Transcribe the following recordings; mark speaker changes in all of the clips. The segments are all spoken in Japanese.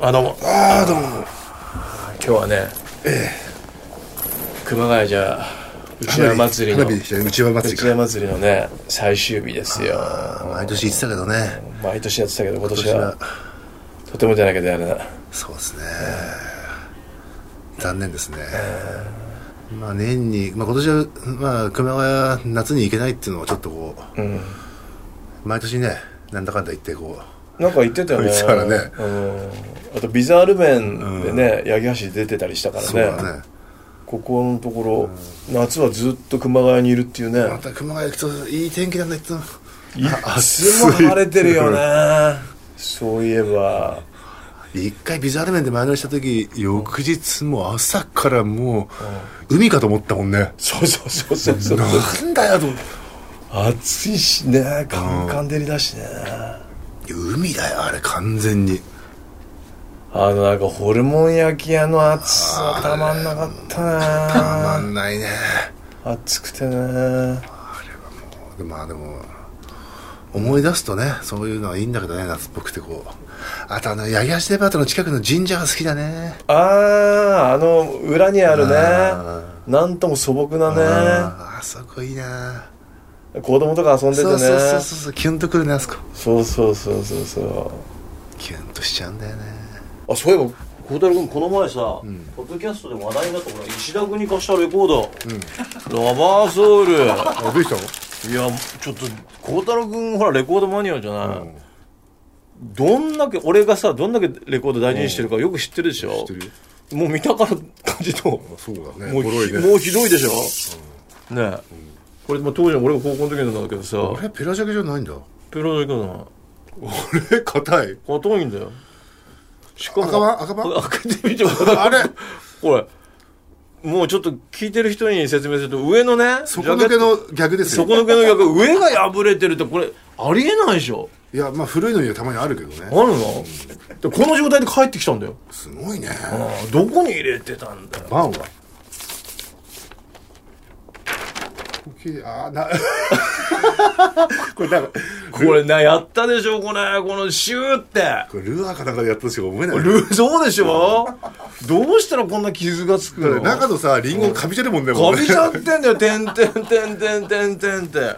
Speaker 1: あどうも
Speaker 2: ああどうも
Speaker 1: 今日はね、熊谷じゃうちわ祭りの
Speaker 2: 花火でしたねうちわ祭
Speaker 1: う
Speaker 2: り
Speaker 1: ち
Speaker 2: か
Speaker 1: わ祭りのね最終日ですよ
Speaker 2: 毎年言ってたけどね
Speaker 1: 毎年やってたけど今
Speaker 2: 今
Speaker 1: 年
Speaker 2: 年
Speaker 1: は
Speaker 2: は
Speaker 1: とてもじゃないけどやるな
Speaker 2: そうですね残念ですねまあ年に、まあ、今年は、まあ、熊谷は夏に行けないっていうのはちょっとこう、
Speaker 1: ん
Speaker 2: 毎年ねなんだかんだ言ってこ
Speaker 1: なんか言ってたよね
Speaker 2: 言ってたからね
Speaker 1: うんあとビザール面でね、八木橋出てたりしたか
Speaker 2: うそう
Speaker 1: らね
Speaker 2: だね
Speaker 1: ここのところ、夏はずっと熊谷にいるっていうね
Speaker 2: また熊谷行くといい天気なんだいつも
Speaker 1: いつも晴れてるよねそういえ ば
Speaker 2: 一回ビザール面で前乗りした時翌日もう朝からもう海かと思ったもんね
Speaker 1: そうそうそうそう そう
Speaker 2: なんだよと思って
Speaker 1: 暑いしねカンカン照りだしね、
Speaker 2: いや海だよあれ完全に
Speaker 1: あのなんかホルモン焼き屋の暑さたまんなかった
Speaker 2: ま
Speaker 1: ね
Speaker 2: んないね
Speaker 1: 暑くてね
Speaker 2: でまあでも思い出すとねそういうのはいいんだけどね夏っぽくてこうあとあの八木橋デパートの近くの神社が好きだね
Speaker 1: あああの裏にあるね
Speaker 2: あ
Speaker 1: なんとも素朴な
Speaker 2: あーあそこいいな
Speaker 1: ね子供とか遊んでて
Speaker 2: そう
Speaker 1: ね
Speaker 2: そうそうそうキュンとくるねあそこ
Speaker 1: そうそうそうそうそう
Speaker 2: キュンとしちゃうんだよね
Speaker 1: あそういえば
Speaker 3: 小太郎君この前さ、ポッドキャストでも話題になったほら石田君に貸したレコード、ラバーソウルいや
Speaker 2: あびっくりし
Speaker 3: ちょっと小太郎君ほらレコードマニアじゃない、どんだけ俺がさどんだけレコード大事にしてるかよく知ってるでしょ、
Speaker 2: るよ
Speaker 3: もう見たから感じとも
Speaker 2: そうだ
Speaker 3: うひ もうひどいでしょ、ねえ、これもう当時の俺が高校の時のなんだけどさ
Speaker 2: 俺ペラジャケじゃないんだ
Speaker 3: ペロだけな
Speaker 2: 俺硬い
Speaker 3: 硬いんだよしかも
Speaker 2: 赤版赤
Speaker 3: 開
Speaker 2: 版
Speaker 3: けてみてもら
Speaker 2: あれ
Speaker 3: これもうちょっと聞いてる人に説明すると上のね
Speaker 2: 底抜けの逆ですよ
Speaker 3: 底抜けの逆上が破れてるってこれありえないでしょ
Speaker 2: いやまあ古いのにはたまにあるけど
Speaker 3: あ
Speaker 2: ね
Speaker 3: るの、でこの状態で帰ってきたんだよ
Speaker 2: すごいね
Speaker 3: ああどこに入れてたんだよ
Speaker 2: バンはあーなこれなんか
Speaker 3: これなやったでしょこれこのシューって
Speaker 2: これルアーかなんかでやったとしか思えない
Speaker 3: ルそうでしょどうしたらこんな傷がつくの
Speaker 2: 中のさリンゴかびちゃるもんねもう
Speaker 3: か
Speaker 2: ね
Speaker 3: びちゃってんだよ、てんてんてんてんてんてんって。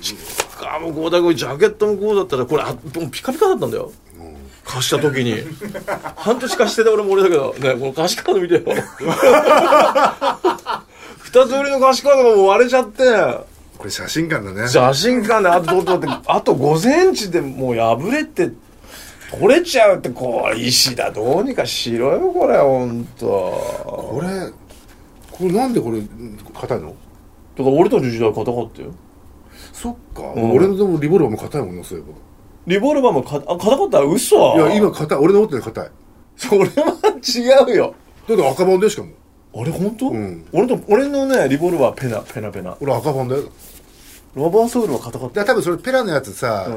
Speaker 3: しかも、こうだけジャケットもこうだったら、これ、あもうピカピカだったんだよ。貸した時に。半年貸してた俺も俺だけど、ね、この貸しカード 見てよ。二つ売りの貸しカードがもう割れちゃって。
Speaker 2: これ写真館だね
Speaker 3: 写真館であとどうってあと5センチでもう破れて取れちゃうってこう石だどうにかしろよこれほんと
Speaker 2: これこれなんでこれ硬いの
Speaker 3: だから俺たちの時代硬かったよ
Speaker 2: そっか、
Speaker 3: ん
Speaker 2: 俺のでもリボルバーも硬いもんなそういえ
Speaker 3: リボルバーもか、あ、硬かった嘘
Speaker 2: ばいや今。硬い俺の持ってるの硬い
Speaker 3: それは違うよ。
Speaker 2: だって赤版でしかも
Speaker 3: あれ、本当
Speaker 2: うん
Speaker 3: 俺と、俺のね、リボルバーペナ、ペナペナ。ラ
Speaker 2: 俺赤版だよ
Speaker 3: バーソウルは硬かった。
Speaker 2: だから多分それペラのやつさ、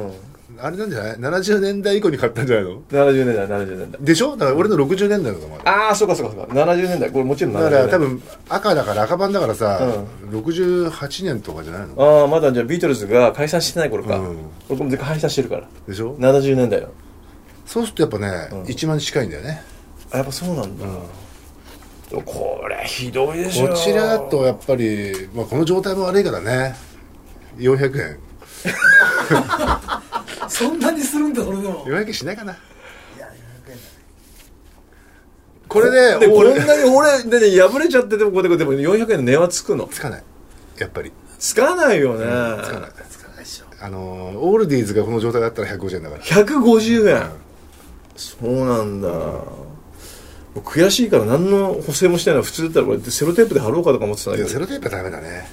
Speaker 2: あれなんじゃない70年代以降に買ったんじゃないの
Speaker 3: 70年代、70年代。
Speaker 2: でしょだから俺の60年代のだまだ
Speaker 3: ああ、そうかそうかそうか。70年代。これもちろん
Speaker 2: だか
Speaker 3: 70年
Speaker 2: ら
Speaker 3: 代。
Speaker 2: 多分赤だから赤版だからさ、68年とかじゃないの
Speaker 3: ああ、まだじゃあビートルズが解散してない頃か。
Speaker 2: うん
Speaker 3: 俺もう解散してるから。
Speaker 2: でしょ
Speaker 3: 70年代よ。
Speaker 2: そうするとやっぱね、一1万近いんだよね
Speaker 3: あ、やっぱそうなんだ。これ、ひどいでしょ。
Speaker 2: こちらだとやっぱり、まあ、この状態も悪いからね400円
Speaker 4: そんなにするんだそれでも
Speaker 2: 400円しないかなこれで
Speaker 3: で、こ
Speaker 2: 俺
Speaker 3: んなに俺、でね、破れちゃってても、こうやってこうやって、400円の値はつくの。
Speaker 2: つかないやっぱり
Speaker 3: つかないよね。
Speaker 2: つかないつかないでしょあのーオールディーズがこの状態だったら150円だから
Speaker 3: 150円、そうなんだ、悔しいから何の補正もしてない普通だったらこれセロテープで貼ろうかとか思ってたんだ
Speaker 2: で
Speaker 3: け
Speaker 2: も
Speaker 3: ど
Speaker 2: セロテープはダメだね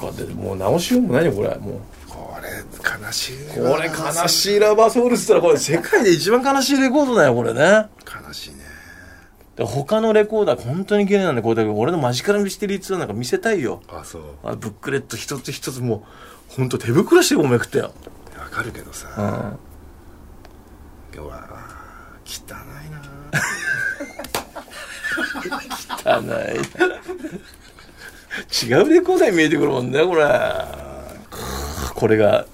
Speaker 3: そっかでもう直しようもないよこれも
Speaker 2: これ悲しいうわ
Speaker 3: これ悲しいラバーソウルっつったらこれ世界で一番悲しいレコードだよこれね
Speaker 2: 悲しいね
Speaker 3: で他のレコーダー本当に綺麗なんでこれだけど俺のマジカルミステリー2なんか見せたいよ
Speaker 2: あそう
Speaker 3: あのブックレット一つ一つもう本当手袋してごめくってよ、
Speaker 2: わかるけどさ、
Speaker 3: うん、
Speaker 2: うわ汚いな
Speaker 3: 汚い違うレコーダーに見えてくるもんねこれこれが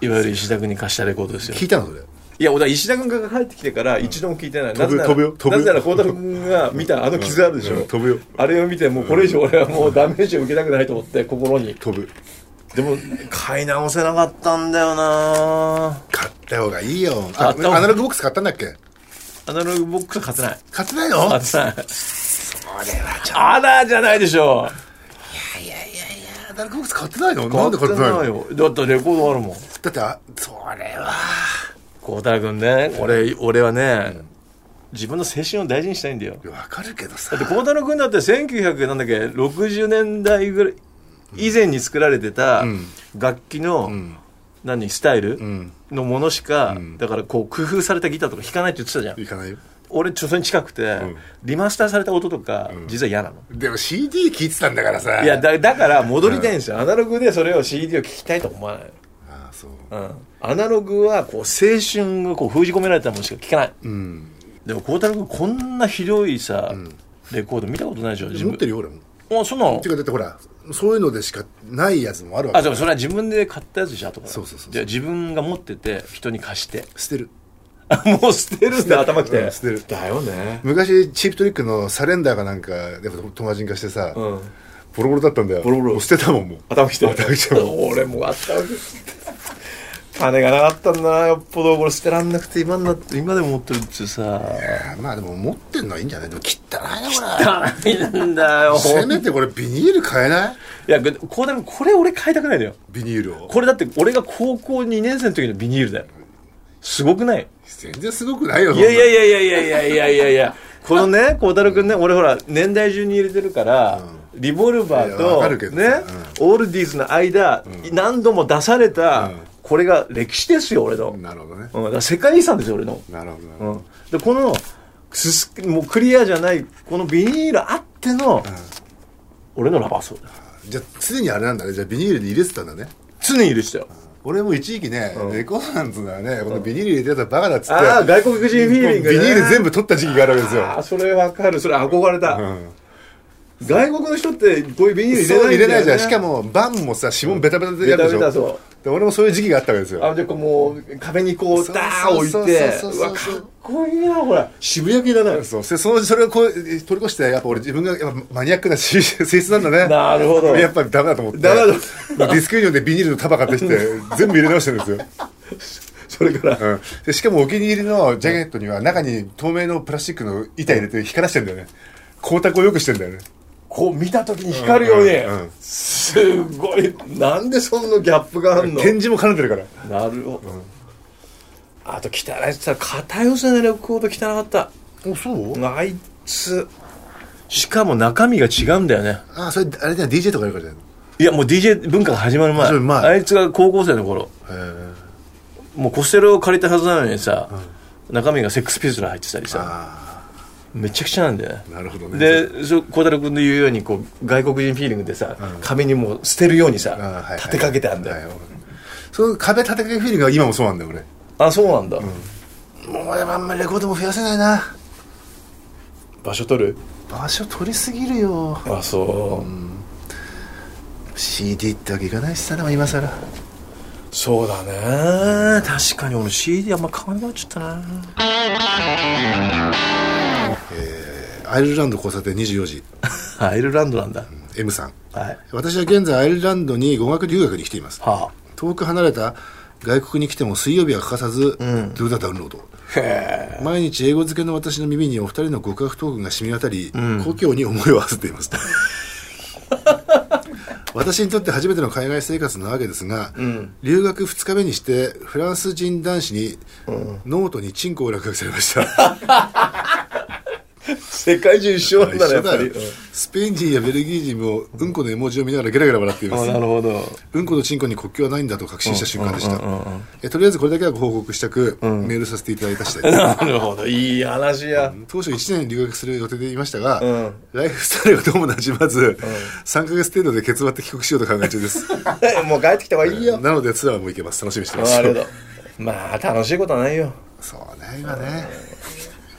Speaker 3: いわゆる石田君に貸したレコードですよ
Speaker 2: 聞いたのそれ
Speaker 3: いいや、俺は石田君が帰ってきてから一度も聞いてない。な
Speaker 2: 飛ぶ
Speaker 3: ぜなら
Speaker 2: 飛ぶよ飛ぶよ
Speaker 3: なぜなら孝太郎君が見たあの傷あるでし
Speaker 2: う
Speaker 3: ょ
Speaker 2: ん。飛ぶよ
Speaker 3: あれを見て、もうこれ以上俺はもうダメージを受けたくないと思って、心に。
Speaker 2: 飛ぶ
Speaker 3: でも、買い直せなかったんだよな
Speaker 2: 買った方がいいよ
Speaker 3: あ
Speaker 2: あ
Speaker 3: 買った方が
Speaker 2: アナログボックス買ったんだっけ
Speaker 3: アナログボックス勝てない。
Speaker 2: 買ってないの
Speaker 3: 勝てない。それはちょっと。あらじゃないでしょ。
Speaker 2: アナログボックス買ってないのなんで買ってないの
Speaker 3: よ。だってレコードあるもん。
Speaker 2: だってあそれは
Speaker 3: 孝太郎君ね、俺、俺はね、自分の青春を大事にしたいんだよ。
Speaker 2: わかるけどさ
Speaker 3: だって孝太郎君だって1900なんだっけ60年代ぐらい以前に作られてた楽器の、何スタイルのものしか、だからこう工夫されたギターとか弾かないって言ってたじゃん
Speaker 2: いかないよ
Speaker 3: 俺ちょっとそれに近くて、リマスターされた音とか、実は嫌なの
Speaker 2: でも CD 聞いてたんだからさ
Speaker 3: いやだだから戻りたいんですよ、アナログでそれを CD を聴きたいと思わない、
Speaker 2: あそう
Speaker 3: うん、アナログはこう青春がこう封じ込められたものしか聴かない、
Speaker 2: うん
Speaker 3: でも孝太郎君こんなひどいさ、レコード見たことないでしょ自
Speaker 2: 持
Speaker 3: 分
Speaker 2: ってるよ俺も
Speaker 3: あそうなの
Speaker 2: ていうかだってほらそういうのでしかないやつもあるわ
Speaker 3: あ、
Speaker 2: け
Speaker 3: でもそれは自分で買ったやつでしょ、後から。
Speaker 2: そうそうそう
Speaker 3: じゃあ自分が持って て、人に貸して。
Speaker 2: 捨てる
Speaker 3: あもう捨てるんだ、頭き
Speaker 2: う
Speaker 3: て
Speaker 2: ん。捨てる
Speaker 3: だよね。
Speaker 2: 昔チープトリックのサレンダーかなんかやっぱ友達に貸してさ、
Speaker 3: うん。
Speaker 2: ボロボロだったんだよ
Speaker 3: ボロボロ
Speaker 2: もう捨てたもんもう
Speaker 3: 頭きて。
Speaker 2: 頭きて
Speaker 3: 俺もう頭きて。金がなかったんだな、よっぽど。これ捨てらんなくて、今になって、今でも持ってるってさ。
Speaker 2: あまあでも持ってんのはいいんじゃないでも汚いなこ
Speaker 3: ダメなんだよ
Speaker 2: れ。せめてこれビニール買えない
Speaker 3: いや、こうでもこれ俺買いたくないのよ。
Speaker 2: ビニールを
Speaker 3: これだって俺が高校2年生の時のビニールだよ。すごくない
Speaker 2: 全然すごくないよ
Speaker 3: いやいやいやいやいやいやいやいやいやこのね孝太郎君ね俺ほら年代順に入れてるから、リボルバー
Speaker 2: いやわかる
Speaker 3: と
Speaker 2: けど
Speaker 3: ね、オールディーズの間、何度も出された、これが歴史ですよ俺の、
Speaker 2: そんななるほどね
Speaker 3: うん、だから世界遺産ですよ俺の、
Speaker 2: なるほどなるほ
Speaker 3: う
Speaker 2: ど
Speaker 3: ん、でこのすすもうクリアじゃないこのビニールあっての、俺のラバーソーダ
Speaker 2: じゃあ常にあれなんだねじゃあビニールに入れてたんだね
Speaker 3: 常に入れてたよ
Speaker 2: 俺も一時期ね、レコーダンズがね、このビニール入れてたらバカだっつって、
Speaker 3: ああ外国人フィーリングね、
Speaker 2: ビニール全部取った時期があるわけです
Speaker 3: あ
Speaker 2: よ。
Speaker 3: あそれわかるそれ憧れた、
Speaker 2: うん
Speaker 3: 外国の人ってこういうビニール入れないんだ
Speaker 2: そ
Speaker 3: よ、
Speaker 2: う
Speaker 3: ね、
Speaker 2: 入れないじゃん。しかも、バンもさ、指紋ベタベタでやるでし
Speaker 3: ベタベタそ
Speaker 2: ょ。で俺もそういう時期があったわけですよ。
Speaker 3: あじゃあこうもう壁にこう
Speaker 2: そう
Speaker 3: ダー置い
Speaker 2: そう
Speaker 3: て
Speaker 2: そう
Speaker 3: う
Speaker 2: そう
Speaker 3: わ
Speaker 2: そう
Speaker 3: かっこいいなほら渋谷系だな
Speaker 2: そうそそのそれをこう通り越して、やっぱ俺自分がやっぱマニアックなし性質なんだね。
Speaker 3: なるほど
Speaker 2: やっぱりダメだと思って。
Speaker 3: ダメだと
Speaker 2: ディスクユニオンでビニールの束買ってきて、全部入れ直してるんですよ。
Speaker 3: それから
Speaker 2: うん、でしかもお気に入りのジャケットには中に透明のプラスチックの板入れて光らしてんだよね光沢を良くしてんだよね
Speaker 3: こう見た時に光るように、
Speaker 2: うんうん
Speaker 3: すごいなんでそんなギャップがあんの
Speaker 2: 展示も兼ねてるから
Speaker 3: なるほど、あと汚いっつったら片寄せのレコード汚かった
Speaker 2: おそう
Speaker 3: あいつしかも中身が違うんだよね
Speaker 2: あそれあれだよ DJ とかやるからじゃない
Speaker 3: いやもう DJ 文化が始まる前
Speaker 2: 始まる前
Speaker 3: あいつが高校生の頃
Speaker 2: の
Speaker 3: もうコステロを借りたはずなのにさ、中身がセックスピストル入ってたりさ
Speaker 2: あ
Speaker 3: めちゃくちゃなんだよね
Speaker 2: あなるほどね
Speaker 3: でそう孝太郎君の言うようにこう外国人フィーリングでさ、壁にもう捨てるようにさ、
Speaker 2: あーはいはい
Speaker 3: 立てかけてあんだよ、
Speaker 2: はいその壁立てかけフィーリングは今もそうなんだよ俺
Speaker 3: あそうなんだ、
Speaker 2: もうでもあんまりレコードも増やせないな
Speaker 3: 場所取る
Speaker 2: 場所取りすぎるよ
Speaker 3: あそう、
Speaker 2: CD ってわけいかないしさでも今さら
Speaker 3: そうだね確かに俺 CD あんま買わなくなっちゃったな
Speaker 2: アイルランド交差点24時
Speaker 3: アイルランドなんだ、
Speaker 2: M さん
Speaker 3: はい
Speaker 2: 私は現在アイルランドに語学留学に来ています
Speaker 3: は
Speaker 2: 遠く離れた外国に来ても水曜日は欠かさず、ドゥーダダウンロード
Speaker 3: あへえ
Speaker 2: 毎日英語漬けの私の耳にお二人の極悪トークが染み渡り、故郷に思いを馳せてい ます私にとって初めての海外生活なわけですが、留学2日目にしてフランス人男子に、ノートにチンコを落書きされました
Speaker 3: 世界中一緒なんだねやっぱり、
Speaker 2: スペイン人やベルギー人もうんこの絵文字を見ながらゲラゲラ笑っていま
Speaker 3: あ
Speaker 2: す
Speaker 3: なるほど
Speaker 2: うんこのチンコに国境はないんだと確信した瞬間でした。えとりあえずこれだけはご報告したく、メールさせていただいた 次第です。
Speaker 3: なるほどいい話や、
Speaker 2: 当初1年留学する予定でいましたが、
Speaker 3: うん
Speaker 2: ライフスタイルがどうもなじまず、3ヶ月程度で結割って帰国しようと考え中です。
Speaker 3: もう帰ってきた 方がいいよ、
Speaker 2: なのでツアーも行け ます。楽しみにして
Speaker 3: あ
Speaker 2: ま
Speaker 3: あ
Speaker 2: す
Speaker 3: り。がとうまあ楽しいことはないよ
Speaker 2: そうね、今ね。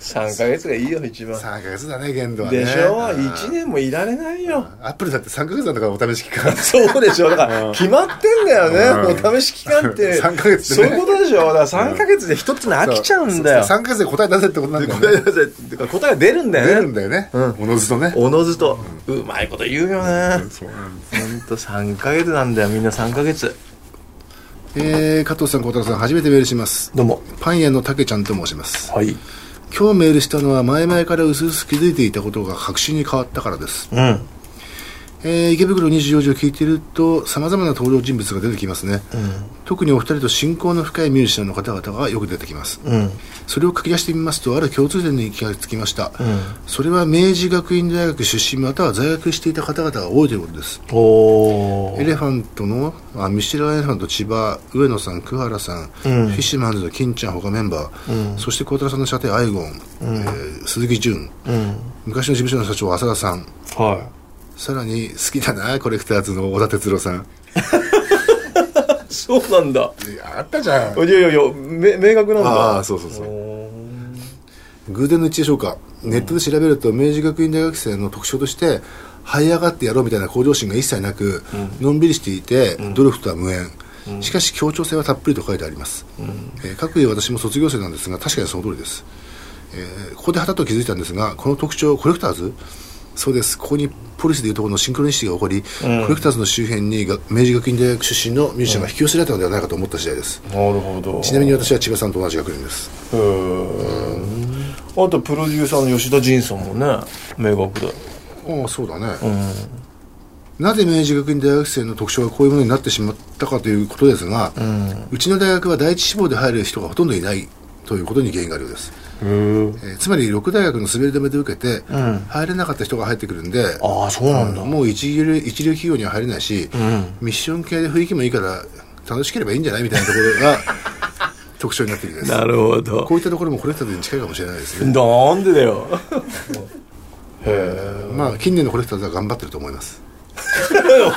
Speaker 3: 3ヶ月がいいよ一番
Speaker 2: 3ヶ月だね限度はね
Speaker 3: でしょ
Speaker 2: うん
Speaker 3: 1年もいられないよ
Speaker 2: アップルだって3ヶ月なんだからお試し期 間
Speaker 3: そうでしょだから決まってんだよね、
Speaker 2: うん
Speaker 3: お試し期間って
Speaker 2: 三ヶ月
Speaker 3: そ
Speaker 2: で
Speaker 3: う
Speaker 2: ね
Speaker 3: いうことでしょだから3ヶ月で一つの飽きちゃうんだよ
Speaker 2: 3ヶ月で答え出せってことなんだよ
Speaker 3: 答え
Speaker 2: ね
Speaker 3: 出せってか答えが出るんだ
Speaker 2: 出
Speaker 3: よ
Speaker 2: る
Speaker 3: ね
Speaker 2: んだよねおのずとね
Speaker 3: おのずと、うまいこと言うよね
Speaker 2: そう
Speaker 3: ほんと3ヶ月なんだよみんな3ヶ月
Speaker 2: えー加藤さん孝太郎さん初めてメールします
Speaker 3: どうも
Speaker 2: パン屋のたけちゃんと申します
Speaker 3: はい
Speaker 2: 今日メールしたのは前々から薄々気づいていたことが確信に変わったからです、
Speaker 3: うん
Speaker 2: えー池袋24時を聞いていると様々な登場人物が出てきますね、特にお二人と親交の深いミュージシャンの方々がよく出てきます、
Speaker 3: うん
Speaker 2: それを書き出してみますとある共通点に気がつきました、それは明治学院大学出身または在学していた方々が多いということです
Speaker 3: お
Speaker 2: エ
Speaker 3: ー
Speaker 2: レファントのあミシェル・エレファント千葉上野さん桑原さん、フィッシュマンズの金ちゃん他メンバー、そして孝太郎さんの射程アイゴン、えー鈴木純、昔の事務所の社長浅田さん
Speaker 3: は
Speaker 2: さらに好きだなコレクターズの小田哲郎さん
Speaker 3: いそうなんだ
Speaker 2: いやあったじゃん
Speaker 3: いやいやいやめ明確なん
Speaker 2: あ
Speaker 3: だ
Speaker 2: あそうそうそう偶然の一致でしょうかネットで調べると明治学院大学生の特徴として這い上がってやろうみたいな向上心が一切なく、のんびりしていて、努力とは無縁、しかし協調性はたっぷりと書いてあります、えー各位私も卒業生なんですが確かにその通りです、えーここではたと気づいたんですがこの特徴コレクターズそうですここにポリスでいうところのシンクロニシティが起こり、コレクターズの周辺にが明治学院大学出身のミュージシャンが引き寄せられたのではないかと思った次第です、
Speaker 3: なるほど
Speaker 2: ちなみに私は千葉さんと同じ学年です
Speaker 3: へーあとプロデューサーの吉田仁さんもね明確だ
Speaker 2: ああそうだね、なぜ明治学院大学生の特徴がこういうものになってしまったかということですが、うちの大学は第一志望で入る人がほとんどいないということに原因があるようです、
Speaker 3: へ
Speaker 2: えーつまり六大学の滑り止めで受けて、入れなかった人が入ってくるんで
Speaker 3: ああそうなんだ
Speaker 2: もう一流一流企業には入れないし、ミッション系で雰囲気もいいから楽しければいいんじゃないみたいなところ が特徴になっているようです
Speaker 3: なるほど
Speaker 2: こういったところもこれたちに近いかもしれないですね、
Speaker 3: なんでだよ
Speaker 2: まあ近年のコレクターズは頑張ってると思います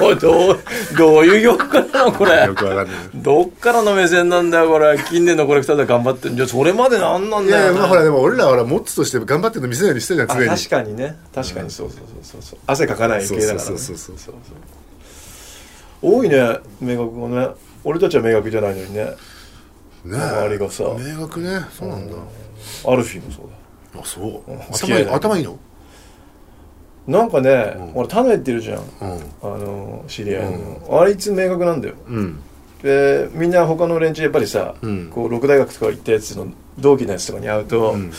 Speaker 3: おい どうどういう業界なのこれ
Speaker 2: よくわかんない
Speaker 3: どっからの目線なんだよこれ近年のコレクターで頑張ってんじゃそれまでなんなん
Speaker 2: い
Speaker 3: だ
Speaker 2: やい
Speaker 3: よ、
Speaker 2: や
Speaker 3: ね、
Speaker 2: まあほらでも俺らはほらモッツとして頑張ってるの見せないようにしてたじゃん常に
Speaker 3: あ確かにね確かにそうそうそうそう汗かかない系だから、ね、
Speaker 2: そうそうそうそう
Speaker 3: 多いね明確がね俺たちは明確じゃないのにね
Speaker 2: ね
Speaker 3: 周りがさ
Speaker 2: 明確ねそうなんだ
Speaker 3: アルフィーもそうだ
Speaker 2: あそう
Speaker 3: 付き合
Speaker 2: 頭
Speaker 3: い
Speaker 2: いい
Speaker 3: だ
Speaker 2: 頭いいの
Speaker 3: なんかね、俺種ってるじゃん
Speaker 2: うん
Speaker 3: あの知り合いの、あいつ明確なんだよ
Speaker 2: うん
Speaker 3: でみんな他の連中やっぱりさ、
Speaker 2: うん
Speaker 3: こう六大学とか行ったやつの同期のやつとかに会うと、
Speaker 2: ん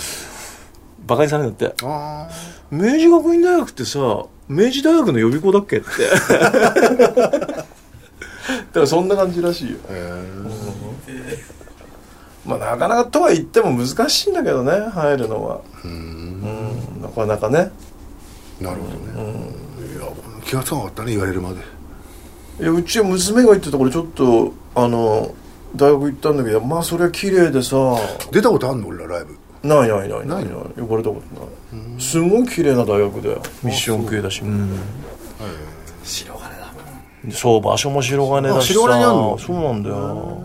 Speaker 3: バカにされるんだって
Speaker 2: あ
Speaker 3: 明治学院大学ってさ明治大学の予備校だっ けってだからそんな感じらしいよ
Speaker 2: あへえ
Speaker 3: まあなかなかとは言っても難しいんだけどね入るのはうんなかなかね
Speaker 2: なるほどねいや気がつかなかったね言われるまで
Speaker 3: いやうちは娘が行ってたからちょっとあの大学行ったんだけどまあそれは綺麗でさ
Speaker 2: 出たことあんの俺らライブ
Speaker 3: ないないない
Speaker 2: ないの
Speaker 3: 呼ばれたことないすごい綺麗な大学だよミッション系だしうん
Speaker 4: 白金だ
Speaker 3: そう場所も白金だしさ
Speaker 2: あ白金にあんの
Speaker 3: そうなんだよ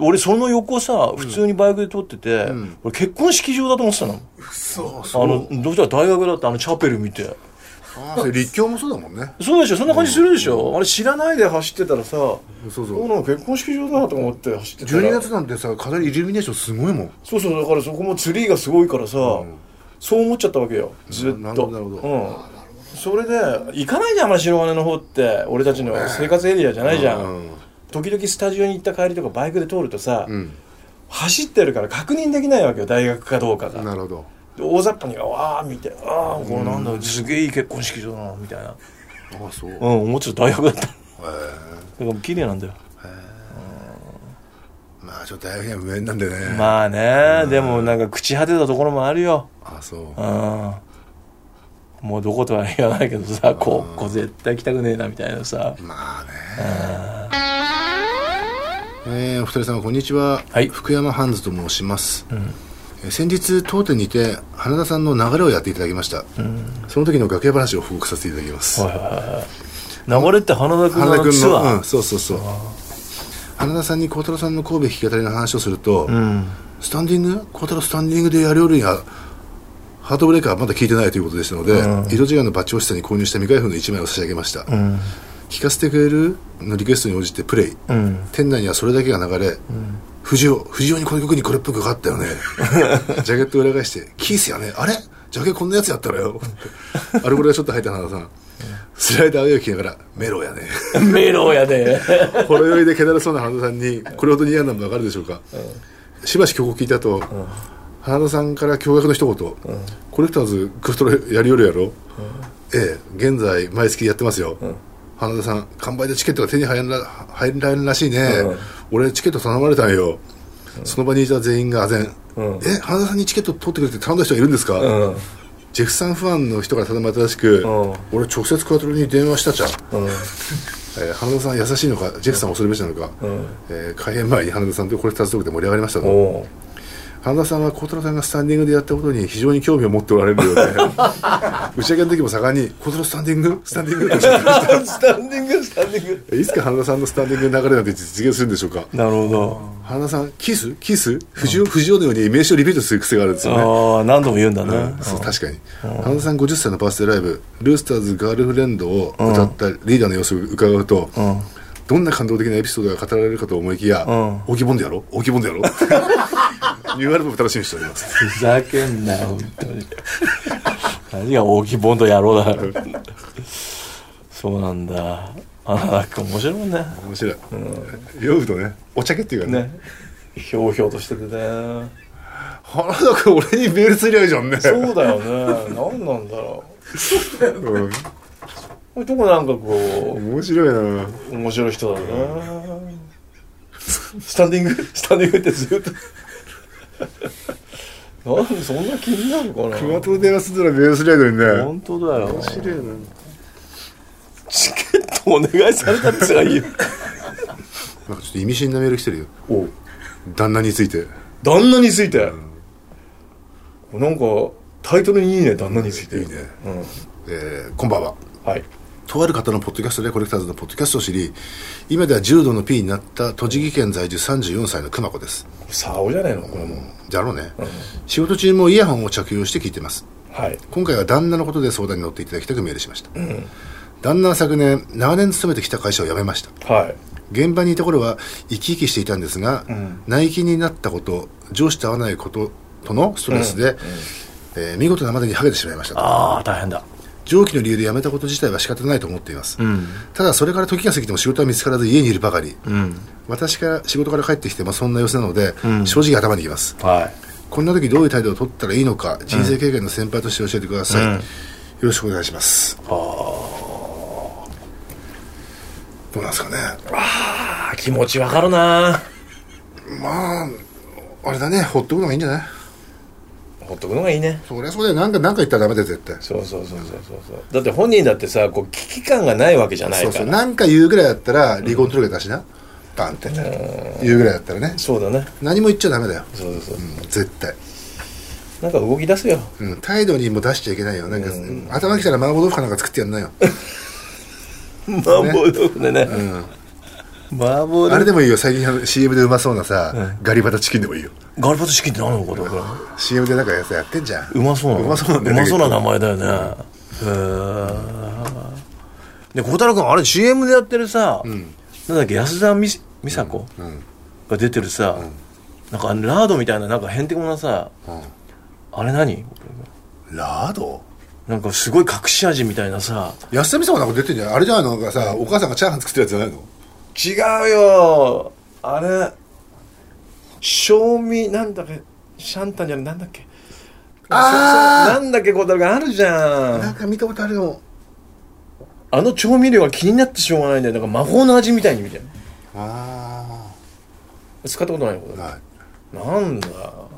Speaker 3: 俺その横さ普通にバイクで通ってて、
Speaker 2: ん
Speaker 3: 俺結婚式場だと思ってたの
Speaker 4: そ
Speaker 2: あ
Speaker 3: あのどうしたら大学だってあのチャペル見て
Speaker 2: あそれ立教もそうだもんね
Speaker 3: そうでしょそんな感じするでしょ、あれ知らないで走ってたらさ
Speaker 2: そう
Speaker 3: そう
Speaker 2: そう
Speaker 3: なんか結婚式場だなと思って走ってたら
Speaker 2: 12月なんてさ飾りイルミネーションすごいもん
Speaker 3: そうそうだからそこもツリーがすごいからさ、そう思っちゃったわけよずっと
Speaker 2: なるほどなるほど
Speaker 3: うん、それで行かないじゃんあんまり白金の方って俺たちの生活エリアじゃないじゃん、
Speaker 2: うん
Speaker 3: 時々スタジオに行った帰りとかバイクで通るとさ、
Speaker 2: ん
Speaker 3: 走ってるから確認できないわけよ大学かどうかが
Speaker 2: なるほど
Speaker 3: で大雑把に「わあ」見て「ああこれなんだ、すげえいい結婚式場だな」みたいな
Speaker 2: あそうへ
Speaker 3: うん思ってた大学だった だか
Speaker 2: え
Speaker 3: らもう綺麗なんだよ
Speaker 2: まあちょっと大変無縁なんでね
Speaker 3: まあねでもなんか朽ち果てたところもあるよ
Speaker 2: あそ
Speaker 3: う
Speaker 2: う
Speaker 3: んもうどことは言わないけどさここ絶対来たくねえなみたいなさ
Speaker 2: まあね。えーお二人様こんにちは、
Speaker 3: はい
Speaker 2: 福山ハンズと申します、えー先日当店にて花田さんの流れをやっていただきました、その時の楽屋話を報告させていただきます
Speaker 3: 流れって花田君
Speaker 2: 花田
Speaker 3: の
Speaker 2: 君
Speaker 3: ツ
Speaker 2: の
Speaker 3: ア
Speaker 2: うん、そうそうそう花田さんに孝太郎さんの神戸弾き語りの話をすると、
Speaker 3: うん
Speaker 2: スタンディング孝太郎スタンディングでやるよりやハートブレーカーはまだ聞いてないということでしたので、色違いのバッチ欲しさに購入した未開封の1枚を差し上げました、
Speaker 3: うん
Speaker 2: 聞かせてくれるのリクエストに応じてプレイ、
Speaker 3: うん
Speaker 2: 店内にはそれだけが流れ、藤尾藤尾にこの曲にこれっぽくかかった よねジャケットを裏返して「キースやねあれジャケこんなやつやった らよ」アルコールがちょっと入った花田さんスライダーをよきながら「メロやね」
Speaker 5: メロやで
Speaker 2: ほろ酔いでけだらそうな花田さんにこれほどに嫌なのもわかるでしょうか、しばし曲を聞いた後、花田さんから驚愕の一言「これ二つクトロやりよるやろ、ええ現在毎月やってますよ、花田さん完売でチケットが手に入らんら入らんらしいね、俺チケット頼まれたんよ、その場にいた全員が唖然、え花田さんにチケット取ってくれって頼んだ人がいるんですか、
Speaker 3: うん
Speaker 2: ジェフさんファンの人から頼まれたらし
Speaker 3: ん
Speaker 2: く、俺直接クワトロに電話したじゃん
Speaker 3: うん
Speaker 2: えー花田さん優しいのかジェフさん恐るべしなのか、えー開演前に花田さんとこれ2つとこで盛り上がりましたと
Speaker 3: おう
Speaker 2: 花田さんは孝太郎さんがスタンディングでやったことに非常に興味を持っておられ るようで打ち上げの時も盛んに「孝太郎スタンディングスタンディング」って 言ってまし
Speaker 3: スタンディングスタンディング
Speaker 2: たいつか花田さんのスタンディングの流れなんて実現するんでしょうか
Speaker 3: なるほど
Speaker 2: 花田さんキスキス藤尾藤尾のように名刺をリピートする癖があるんですよね
Speaker 3: ああ何度も言うんだね、
Speaker 2: そう確かに花田さん50歳のバースデーライブ「ルースターズガールフレンド」を歌ったリーダーの様子を伺うと、どんな感動的なエピソードが語られるかと思いきや「大きいボンドやろ大きいボンドやろ」 ニューアルバム楽しみにしております
Speaker 3: ふざけんなよ本当に何が大きいボンド野郎だそうなんだあなんか面白いもんね
Speaker 2: 面白い、酔うとねお茶けっていうかね
Speaker 3: ねひょうひょうとしててね
Speaker 2: 花田君俺にメールすりゃいいじゃんね
Speaker 3: そうだよね何なんだろ
Speaker 2: うん
Speaker 3: うこういうとこなんかこ
Speaker 2: 面白いな
Speaker 3: う面白い人だねスタンディングスタンディングってずっとなんでそんな気になるか
Speaker 2: 熊
Speaker 3: な
Speaker 2: と電話するならメールすりゃいいのにね面
Speaker 3: 本当だよ
Speaker 2: 白いな
Speaker 3: チケットお願いされたってがいいよ
Speaker 2: なんかちょっと意味深なメール来てるよ
Speaker 3: お
Speaker 2: 旦那について
Speaker 3: 旦那について、なんかタイトルにいいね旦那について
Speaker 2: いいね、
Speaker 3: うん、
Speaker 2: えーこんばんは
Speaker 3: はい
Speaker 2: とある方のポッドキャストでコレクターズのポッドキャストを知り今では重度の P になった栃木県在住34歳の熊子です
Speaker 3: さおじゃねえのこれも
Speaker 2: だろうね、仕事中もイヤホンを着用して聞いてます
Speaker 3: はい
Speaker 2: 今回は旦那のことで相談に乗っていただきたくメールしました、旦那は昨年長年勤めてきた会社を辞めました
Speaker 3: はい
Speaker 2: 現場にいた頃は生き生きしていたんですが、内勤になったこと上司と会わないこととのストレスで、えー見事なまでにハゲてしまいましたと
Speaker 3: ああ大変だ
Speaker 2: 上記の理由で辞めたこと自体は仕方ないと思っています、ただそれから時が過ぎても仕事は見つからず家にいるばかり、私が仕事から帰ってきてもそんな様子なので、正直頭にきます
Speaker 3: はい
Speaker 2: こんな時どういう態度を取ったらいいのか人生経験の先輩として教えてください、よろしくお願いしますどうなんですかね
Speaker 3: あー気持ちわかるな
Speaker 2: まああれだねほっとくのがいいんじゃない
Speaker 3: ほっとくのがいいね
Speaker 2: そりゃそうだよなんかなんか言ったらダメだよ絶対
Speaker 3: そうそうそうそうそうそうだって本人だってさこう危機感がないわけじゃないか
Speaker 2: そ
Speaker 3: ら
Speaker 2: うそうなんか言うぐらいだったら離婚届出しな、バンって言うぐらいだったらね
Speaker 3: そうだね
Speaker 2: 何も言っちゃダメだよ
Speaker 3: そうそうそう、
Speaker 2: うん絶対、
Speaker 3: なんか動き出すよ
Speaker 2: うん、態度にも出しちゃいけないよなんか、頭きたら麻婆豆腐かなんか作ってやんなよ、
Speaker 3: 麻婆豆腐でね、麻婆
Speaker 2: あ
Speaker 3: 豆腐
Speaker 2: れでもいいよ最近あの CM でうまそうなさ、ガリバタチキンでもいいよ
Speaker 3: ガルパトチキンって何のことこれ
Speaker 2: CM でなんかやつやってんじゃん
Speaker 3: うまそうなの
Speaker 2: うまそうなんだよ
Speaker 3: う
Speaker 2: ね
Speaker 3: まそうな名前だよねへえで小太郎君あれ CM でやってるさ、なんだっけ安田美美佐子、が出てるさ、なんかあのラードみたいななんかへんてこなさ、あれ何
Speaker 2: ラード
Speaker 3: なんかすごい隠し味みたいなさ
Speaker 2: 安田美佐子なんか出てんじゃんあれじゃないのなんかさ、お母さんがチャーハン作ってるやつじゃな
Speaker 3: 違
Speaker 2: いの
Speaker 3: うよあれ賞味なんだっけシャンタンじゃないなんだっけ
Speaker 2: あ
Speaker 3: なんだっけ小太郎君あるじゃ
Speaker 2: なんか見たことあるよ
Speaker 3: あの調味料が気になってしょうがないんだよなんか魔法の味みたいにみたいな
Speaker 2: あ
Speaker 3: 使ったことないこ
Speaker 2: あ
Speaker 3: と
Speaker 2: はい
Speaker 3: なんだ孝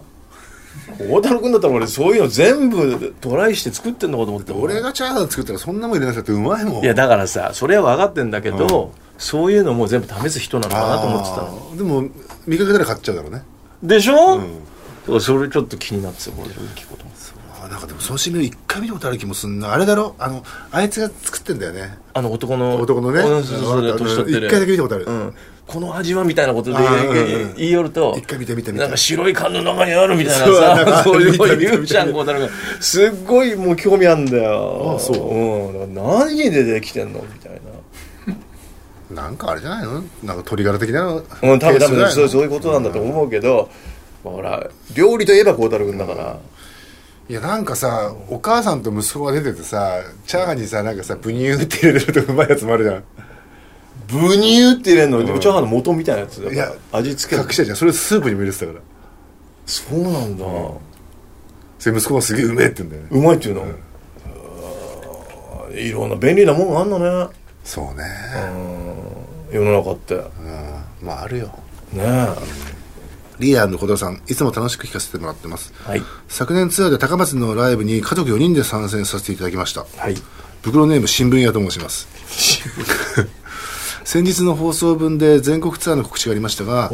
Speaker 3: 太郎君だったら俺そういうの全部トライして作ってんのかと思って
Speaker 2: 俺がチャーハン作ったらそんなもん入れなくたってうまいもん
Speaker 3: いやだからさそれは分かってんだけど、そういうのも全部試す人なのかなと思ってたの
Speaker 2: あーでも見かけたら買っちゃうだろうね
Speaker 3: でしょ、だからそれちょっと気になってさこれ聞こうと思って
Speaker 2: あなんかでもその CM 一回見たことある気もすんなあれだろあのあいつが作ってんだよね
Speaker 3: あの男の
Speaker 2: 男のね
Speaker 3: そうそうそう
Speaker 2: あの
Speaker 3: 年取ってる
Speaker 2: 一回だけ見たことある
Speaker 3: うん、この味はみたいなことで
Speaker 2: あーうんうん
Speaker 3: 言いよると
Speaker 2: 一回見て見て見て
Speaker 3: なんか白い缶の中にあるみたいな
Speaker 2: そうなんか
Speaker 3: さそういう
Speaker 2: 見た見た見た
Speaker 3: ゆうちゃんこうなるがすっごいもう興味あるんだよ
Speaker 2: あそう
Speaker 3: うん、だから何でできてんのみたいな
Speaker 2: なんかあれじゃないのなんか鳥柄的なの
Speaker 3: うん、多分多
Speaker 2: ケースじゃな
Speaker 3: 分
Speaker 2: い
Speaker 3: そう
Speaker 2: の
Speaker 3: そういうことなんだと思うけど、まあほら料理といえば孝太郎君だから、
Speaker 2: いやなんかさお母さんと息子が出ててさチャーハンにさなんかさブニューって入れてるとうまいやつもあるじゃん
Speaker 3: ブニューって入れるの、でもチャーハンの元みたいなやつだ
Speaker 2: い
Speaker 3: か
Speaker 2: や
Speaker 3: ら味付け
Speaker 2: 隠してじゃんそれスープにも入れてたから
Speaker 3: そうなんだ、
Speaker 2: それ息子がすげえうめえって言うんだよね
Speaker 3: うまいっていうの、うーんいろんな便利なもんがあんのね
Speaker 2: そうね
Speaker 3: 世の中ってね
Speaker 2: まああるよ
Speaker 3: え
Speaker 2: リーダーの小田さんいつも楽しく聞かせてもらってます
Speaker 3: はい
Speaker 2: 昨年ツアーで高松のライブに家族4人で参戦させていただきました
Speaker 3: はい
Speaker 2: 袋ネーム新聞屋と申します 先日の放送分で全国ツアーの告知がありましたが、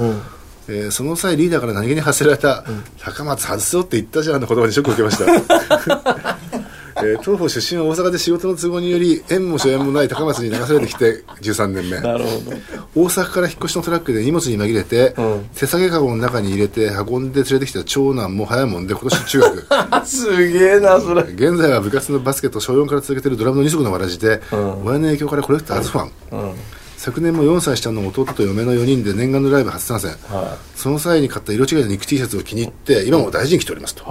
Speaker 2: えーその際リーダーから何気に発せられた「高松外すよって言ったじゃん」の言葉にショックを受けました、 えー東方出身は大阪で仕事の都合により縁も所縁もない高松に流されてきて13年目
Speaker 3: なるほど
Speaker 2: 大阪から引っ越しのトラックで荷物に紛れて、
Speaker 3: うん
Speaker 2: 手提げカゴの中に入れて運んで連れてきた長男も早いもんで今年中学
Speaker 3: あ すげえなそれ
Speaker 2: 現在は部活のバスケットを小4から続けているドラムの二足のわらじで、親の影響からコレクターズファン、昨年も4歳下の弟と嫁の4人で念願のライブ初参戦、その際に買った色違いの肉 T シャツを気に入って今も大事に着ておりますと、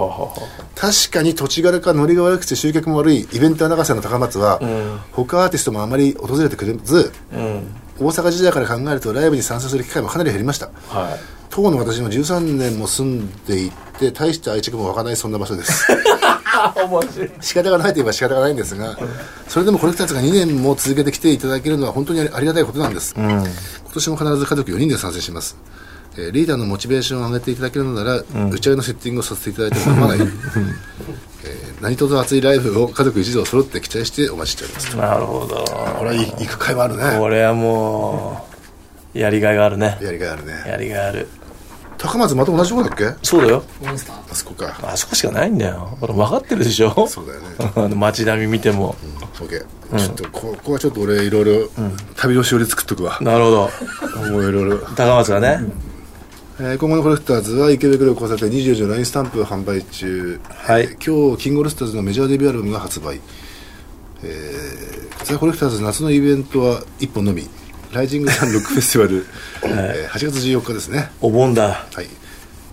Speaker 2: 確かに土地柄かノリが悪くて集客も悪いイベンター長さの高松は、他アーティストもあまり訪れてくれず、大阪時代から考えるとライブに参戦する機会もかなり減りました、
Speaker 3: はい
Speaker 2: 当の私も13年も住んでいて大した愛着も湧かないそんな場所です仕方がないといえば仕方がないんですがそれでもコレクターズが2年も続けてきていただけるのは本当にありがたいことなんです、今年も必ず家族4人で参戦しますえーリーダーのモチベーションを上げていただけるのなら、打ち上げのセッティングをさせていただいても 構わない、えー何卒熱いライブを家族一同揃って期待してお待ちしております
Speaker 3: なるほど
Speaker 2: これはい行く会もあるね
Speaker 3: これはもうやりがいがあるね
Speaker 2: やりがいあるね
Speaker 3: やりがいある
Speaker 2: 高松また同じとこだっけ
Speaker 3: そうだよ
Speaker 4: モンスター
Speaker 2: あそこか
Speaker 3: あそこしかないんだよ俺分かってるでしょ
Speaker 2: そうだよね
Speaker 3: あの 街並み見ても、
Speaker 2: オッケーちょっとこここはちょっと俺いろいろ旅のしおり作っとくわ、
Speaker 3: なるほど
Speaker 2: もういろいろ、
Speaker 3: 高松がね、
Speaker 2: えー今後のコレクターズは池袋交差点24時の LINE スタンプ販売中、
Speaker 3: はい
Speaker 2: えー今日キングオルスターズのメジャーデビューアルバムが発売えーザ・コレクターズ夏のイベントは1本のみライジングサンロックフェスティ バル、えー8月14日ですね
Speaker 3: お盆だ
Speaker 2: はい、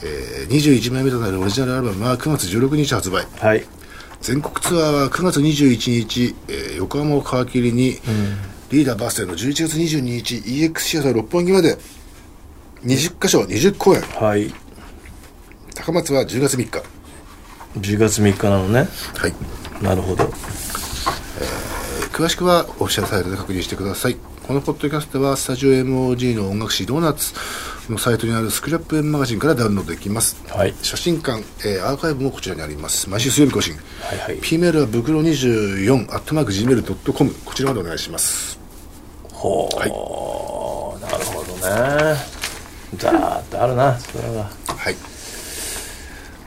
Speaker 2: えー21枚目となるオリジナルアルバムは9月16日発売
Speaker 3: はい
Speaker 2: 全国ツアーは9月21日、えー横浜を皮切りに、リーダーバースデーの11月22日 EX シアター六本木まで20箇所20公演
Speaker 3: はい
Speaker 2: 高松は10月3日
Speaker 3: 10月3日なのね
Speaker 2: はい
Speaker 3: なるほど
Speaker 2: 詳しくはオフィシャルサイトで確認してくださいこのポッドキャストはスタジオ MOG の音楽誌ドーナツのサイトにあるスクラップ円マガジンからダウンロードできます、
Speaker 3: はい
Speaker 2: 写真館、えーアーカイブもこちらにあります毎週水曜日更新、
Speaker 3: はいはい
Speaker 2: P メールは袋24アットマーク Gmail.com こちらまでお願いします
Speaker 3: ほう、なるほどねザーってあるなそれは
Speaker 2: はい。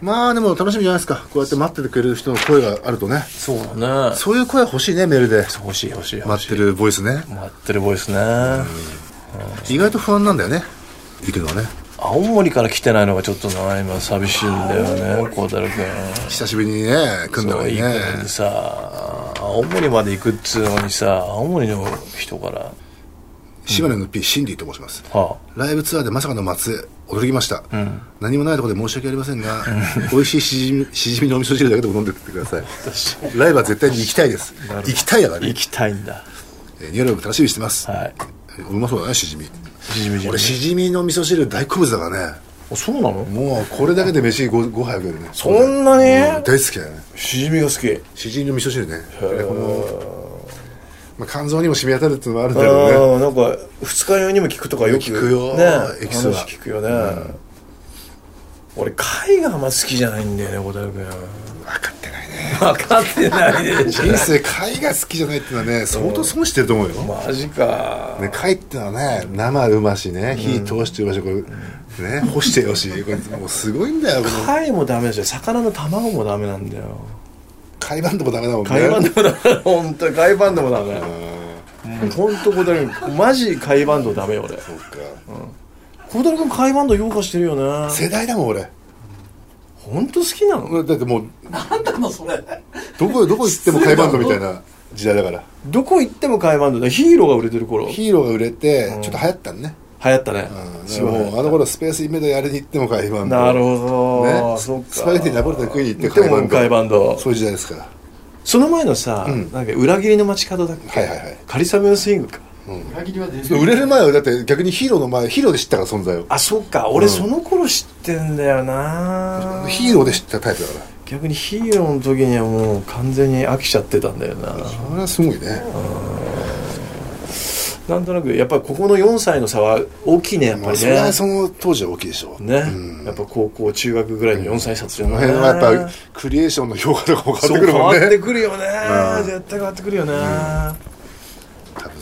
Speaker 2: まあでも楽しみじゃないですか。こうやって待っててくれる人の声があるとね。
Speaker 3: そうだね
Speaker 2: そういう声欲しいね、メールで。
Speaker 3: 欲しい欲しい欲
Speaker 2: 待っ
Speaker 3: して
Speaker 2: るボイスね
Speaker 3: い。待ってるボイスね
Speaker 2: 意外と不安なんだよね。行くのはね。
Speaker 3: 青森から来てないのがちょっとな今寂しいんだよね孝太郎君
Speaker 2: 久しぶりにね、組んだ
Speaker 3: そ
Speaker 2: の
Speaker 3: う
Speaker 2: に
Speaker 3: 行く
Speaker 2: ね。
Speaker 3: のにさ青森まで行くっつうのにさ青森の人から
Speaker 2: 島根の P、シンディと申します。
Speaker 3: は
Speaker 2: ライブツアーでまさかの松江、驚きました。何もないところで申し訳ありませんが、 美味しいしじみしじみのお味噌汁だけでも飲んでってください。ライブは絶対に行きたいです。行きたいだから
Speaker 3: あ
Speaker 2: ね
Speaker 3: 行。きたいんだ
Speaker 2: えーニューライブ楽しみにしてます。
Speaker 3: はい
Speaker 2: うんうまそうだね、しじみ。
Speaker 3: しじみじみ
Speaker 2: 俺、しじみの味噌汁大好物だからね。
Speaker 3: あそうなの
Speaker 2: もうこれだけで飯 5, 5杯あげるね
Speaker 3: そんなに
Speaker 2: 大好きだよね
Speaker 3: しじみが好き
Speaker 2: 詩人の味噌汁ねこの、まあ、肝臓にも染み当たるっていうのもあるんだけどね
Speaker 3: ああなんか二日酔いにも効くとかよく
Speaker 2: 聞くよ
Speaker 3: ね
Speaker 2: エキスは
Speaker 3: 話聞くよね、俺貝があんま好きじゃないんだよね小田君
Speaker 2: 分かってないね
Speaker 3: 分かってないでし
Speaker 2: 人生貝が好きじゃないっていうのはね相当損してると思うよ、
Speaker 3: ょマジか
Speaker 2: ね、貝ってのはね生うましね火通してうましこれね干して よしこれもうすごいんだよこの
Speaker 3: 貝もダメだし魚の卵もダメなんだよ
Speaker 2: 海バンドもダメだもんね
Speaker 3: 海バンドもダメ本当に海バンドもダメもう本当小谷君マジ海バンドダメよ俺
Speaker 2: そうか、
Speaker 3: 小谷君海バンド評価してるよね
Speaker 2: 世代だもん俺
Speaker 3: 本当好きなの
Speaker 2: だってもう
Speaker 4: なんだこのそれ
Speaker 2: どこどこ行っても海バンドみたいな時代だから
Speaker 3: どこ行っても海バンドだヒーローが売れてる頃流
Speaker 2: ヒーローが売れてちょっと流行ったんね、
Speaker 3: 行ったね
Speaker 2: うん
Speaker 3: すごい流行っ
Speaker 2: もうあの頃スペースイメージやりに行っても海バ
Speaker 3: た
Speaker 2: ンド
Speaker 3: なるほど
Speaker 2: ね
Speaker 3: そっか
Speaker 2: スパゲティナポリタン食いに行って
Speaker 3: でも海バンド
Speaker 2: そういう時代ですから
Speaker 3: その前のさなんか裏切りの街角だっ
Speaker 2: はい
Speaker 3: け
Speaker 2: はいはい
Speaker 3: カリサムのスイングか
Speaker 4: 裏切りは出
Speaker 2: 売れる前はだって逆にヒーローの前ヒーローで知ったから存在を
Speaker 3: あそっか俺その頃知ってんだよな
Speaker 2: ヒーローで知ったタイプだから
Speaker 3: 逆にヒーローの時にはもう完全に飽きちゃってたんだよな
Speaker 2: それはすごいね
Speaker 3: なんとなくやっぱりここの4歳の差は大きいねやっ
Speaker 2: ま
Speaker 3: ぱ
Speaker 2: あ
Speaker 3: り
Speaker 2: それ
Speaker 3: ね
Speaker 2: はその当時は大きいでしょう
Speaker 3: ね、やっぱ高校中学ぐらいの4歳差ってい
Speaker 2: そうの
Speaker 3: の
Speaker 2: 辺はやっぱ
Speaker 3: ね
Speaker 2: クリエーションの評価とかも変わ
Speaker 3: そ
Speaker 2: っ
Speaker 3: う
Speaker 2: てくる
Speaker 3: 変
Speaker 2: も
Speaker 3: わ
Speaker 2: ん
Speaker 3: って
Speaker 2: ね
Speaker 3: くるよね
Speaker 2: うん
Speaker 3: 絶対変わってくるよね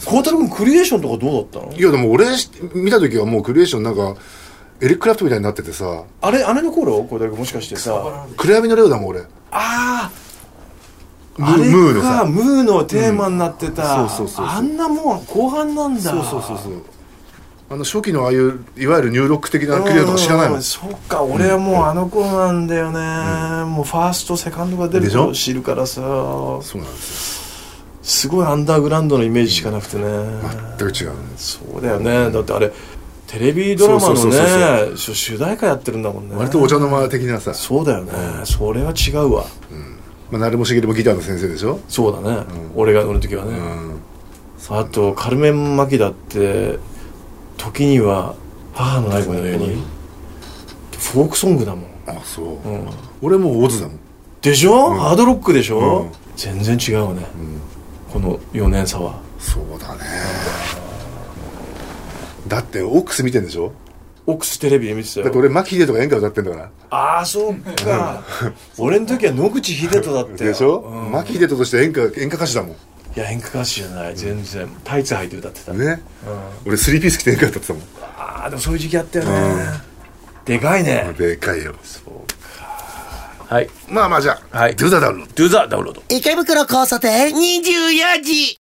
Speaker 3: 孝太郎君クリエーションとかどうだったの
Speaker 2: いやでも俺見た時はもうクリエーションなんかエリック・クラフトみたいになっててさ
Speaker 3: あれあれの頃孝太郎君もしかしてさ
Speaker 2: 暗闇のレオだもん俺ム
Speaker 3: あああ
Speaker 2: ー
Speaker 3: れ
Speaker 2: ムーの
Speaker 3: か
Speaker 2: さ
Speaker 3: ムーのテーマになってた、
Speaker 2: うんそうそうそうそう
Speaker 3: あんなもん後半なんだ
Speaker 2: そうそうそうそうあの初期のああいういわゆるニューロック的なクリエイト知らないもん
Speaker 3: そっか俺はもうあの頃なんだよね、もうファーストセカンドが出る
Speaker 2: でしょ
Speaker 3: と知るからさ
Speaker 2: そうなんです
Speaker 3: すごいアンダーグラウンドのイメージしかなくてね、
Speaker 2: よ全く違うの
Speaker 3: そうだよね、だってあれテレビドラマの
Speaker 2: そうそうそうそ
Speaker 3: ね主主題歌やってるんだもんね
Speaker 2: 割とお茶の間的なさ、
Speaker 3: そうだよね、それは違うわ
Speaker 2: まあ、なるもしげりもギターの先生でしょ
Speaker 3: そうだね、俺が乗る時はね、
Speaker 2: うん
Speaker 3: あとカルメン・マキだって時には母の愛子のようにフォークソングだもん
Speaker 2: あそう、俺もうオズだもん
Speaker 3: でしょ、ハードロックでし
Speaker 2: う
Speaker 3: ょ、
Speaker 2: ん
Speaker 3: 全然違うね、この4年差は
Speaker 2: そうだねだってオックス見てんでしょ
Speaker 3: オックステレビで見てた
Speaker 2: だって
Speaker 3: よ
Speaker 2: 俺牧秀とか演歌歌ってんだから
Speaker 3: ああそうか俺の時は野口英人だったよ
Speaker 2: でしょ、
Speaker 3: うん
Speaker 2: 牧秀として演歌演歌歌手だもん
Speaker 3: いや演歌歌手じゃない全然タイツ履いて歌ってた、
Speaker 2: ね、俺スリーピース着て演歌歌ってたもん
Speaker 3: ああでもそういう時期あったよね、でかいね
Speaker 2: でかいよ
Speaker 3: はい
Speaker 2: まあまあじゃあ、
Speaker 3: はい
Speaker 2: ドゥザダウンロード
Speaker 3: Do the download
Speaker 6: 池袋交差点24時